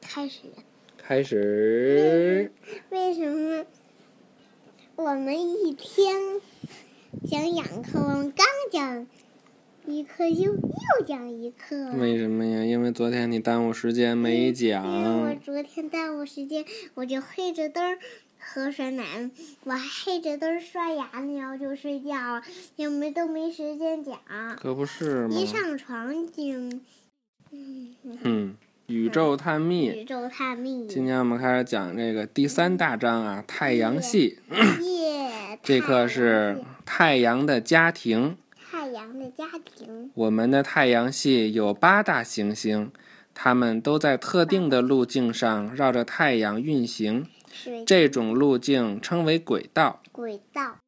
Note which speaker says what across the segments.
Speaker 1: 开始。
Speaker 2: 开始。
Speaker 1: 为什么我们一天讲两课，我们刚讲一课又又讲一课？
Speaker 2: 为什么呀？因为昨天你耽误时间
Speaker 1: 因
Speaker 2: 没
Speaker 1: 为我
Speaker 2: 讲。
Speaker 1: 昨天耽误时间，我就黑着灯儿喝酸奶，我还黑着灯儿刷牙呢，然后就睡觉了，也没都没时间讲。
Speaker 2: 可不是吗
Speaker 1: 一？上床就，嗯，
Speaker 2: 嗯，宇宙探秘。
Speaker 1: 宇宙探秘，
Speaker 2: 今天我们开始讲这个第三大章啊，太阳系。
Speaker 1: 夜，
Speaker 2: 这课是太阳的家庭。
Speaker 1: 太阳的家庭，
Speaker 2: 我们的太阳系有八大行星，它们都在特定的路径上绕着太阳运行，
Speaker 1: 是
Speaker 2: 这种路径称为轨道。
Speaker 1: 轨道，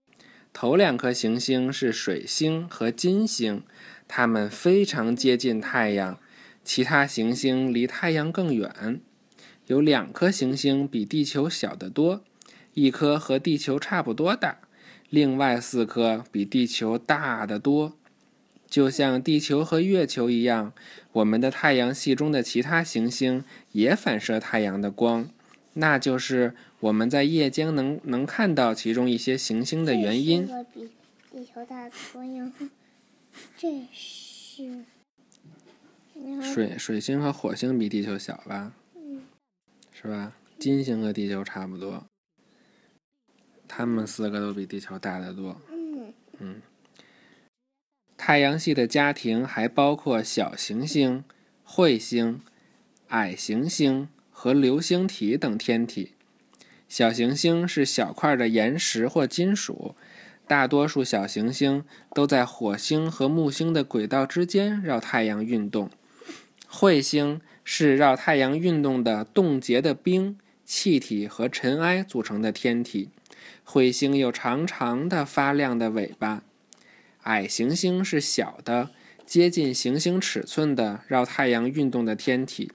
Speaker 2: 头两颗行星是水星和金星，它们非常接近太阳，其他行星离太阳更远。有两颗行星比地球小得多，一颗和地球差不多大，另外四颗比地球大得多。就像地球和月球一样，我们的太阳系中的其他行星也反射太阳的光，那就是我们在夜间能能看到其中一些行星的原
Speaker 1: 这
Speaker 2: 因。
Speaker 1: 是个比地球大的多样， 这是，然后
Speaker 2: 水水星和火星比地球小吧？
Speaker 1: 嗯
Speaker 2: 是吧？金星和地球差不多，它们四个都比地球大得多。
Speaker 1: 嗯，
Speaker 2: 太阳系的家庭还包括小行星、彗星、矮行星和流星体等天体。小行星是小块的岩石或金属，大多数小行星都在火星和木星的轨道之间绕太阳运动。彗星是绕太阳运动的冻结的冰、气体和尘埃组成的天体。彗星有长长的发亮的尾巴，矮行星是小的，接近行星尺寸的绕太阳运动的天体。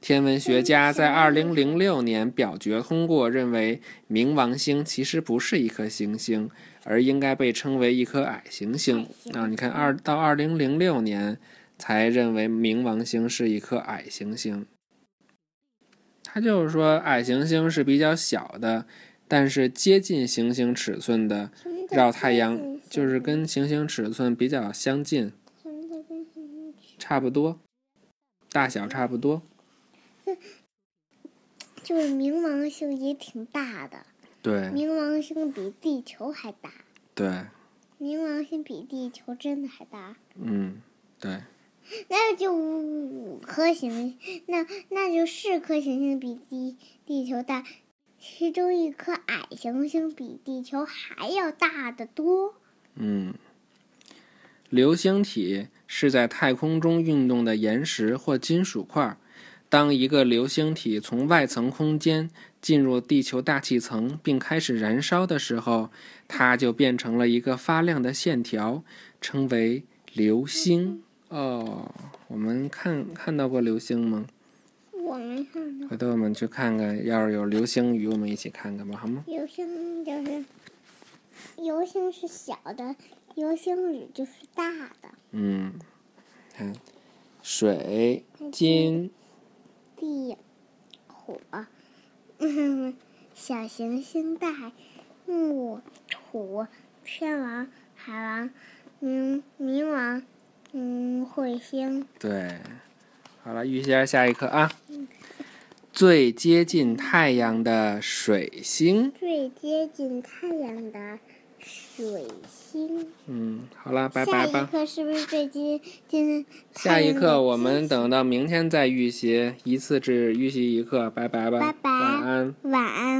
Speaker 2: 天文学家在2006年表决通过，认为冥王星其实不是一颗行星，而应该被称为一颗矮行星
Speaker 1: 矮行。嗯
Speaker 2: 啊，你看二到2006年才认为冥王星是一颗矮行星。他就是说，矮行星是比较小的，但是接近行星尺寸的，
Speaker 1: 什么叫
Speaker 2: 绕太
Speaker 1: 接近
Speaker 2: 阳
Speaker 1: 行
Speaker 2: 就是跟行星尺寸比较相近，
Speaker 1: 什么叫跟什么
Speaker 2: 差不多，大小差不多。
Speaker 1: 就是冥王星也挺大的，
Speaker 2: 对
Speaker 1: 冥王星比地球还大，
Speaker 2: 对，
Speaker 1: 冥王星比地球真的还大，
Speaker 2: 嗯，对，
Speaker 1: 那就五颗行，那那就四颗行星比地地球大，其中一颗矮行星比地球还要大得多。
Speaker 2: 嗯。流星体是在太空中运动的岩石或金属块。当一个流星体从外层空间进入地球大气层并开始燃烧的时候，它就变成了一个发亮的线条，称为流星。哦，我们看看到过流星吗？
Speaker 1: 我没看到
Speaker 2: 回头我们去看看，要是有流星雨，我们一起看看吧，好吗？
Speaker 1: 流星，就是流星是小的，流星雨就是大的。
Speaker 2: 嗯，看，水、金、
Speaker 1: 地火，嗯，小行星带木土天王海王，嗯，冥王，嗯，彗星
Speaker 2: 对，好了，预先下一课啊。最接近太阳的水星，
Speaker 1: 最接近太阳的水星。
Speaker 2: 嗯，好了，拜
Speaker 1: 下
Speaker 2: 拜
Speaker 1: 一
Speaker 2: 吧。
Speaker 1: 课是不是最接近
Speaker 2: 下
Speaker 1: 太
Speaker 2: 一
Speaker 1: 阳的
Speaker 2: 课我们
Speaker 1: 金
Speaker 2: 等到明天再预习，一次只预习一课，拜拜吧，
Speaker 1: 拜拜
Speaker 2: 晚安。
Speaker 1: 晚安。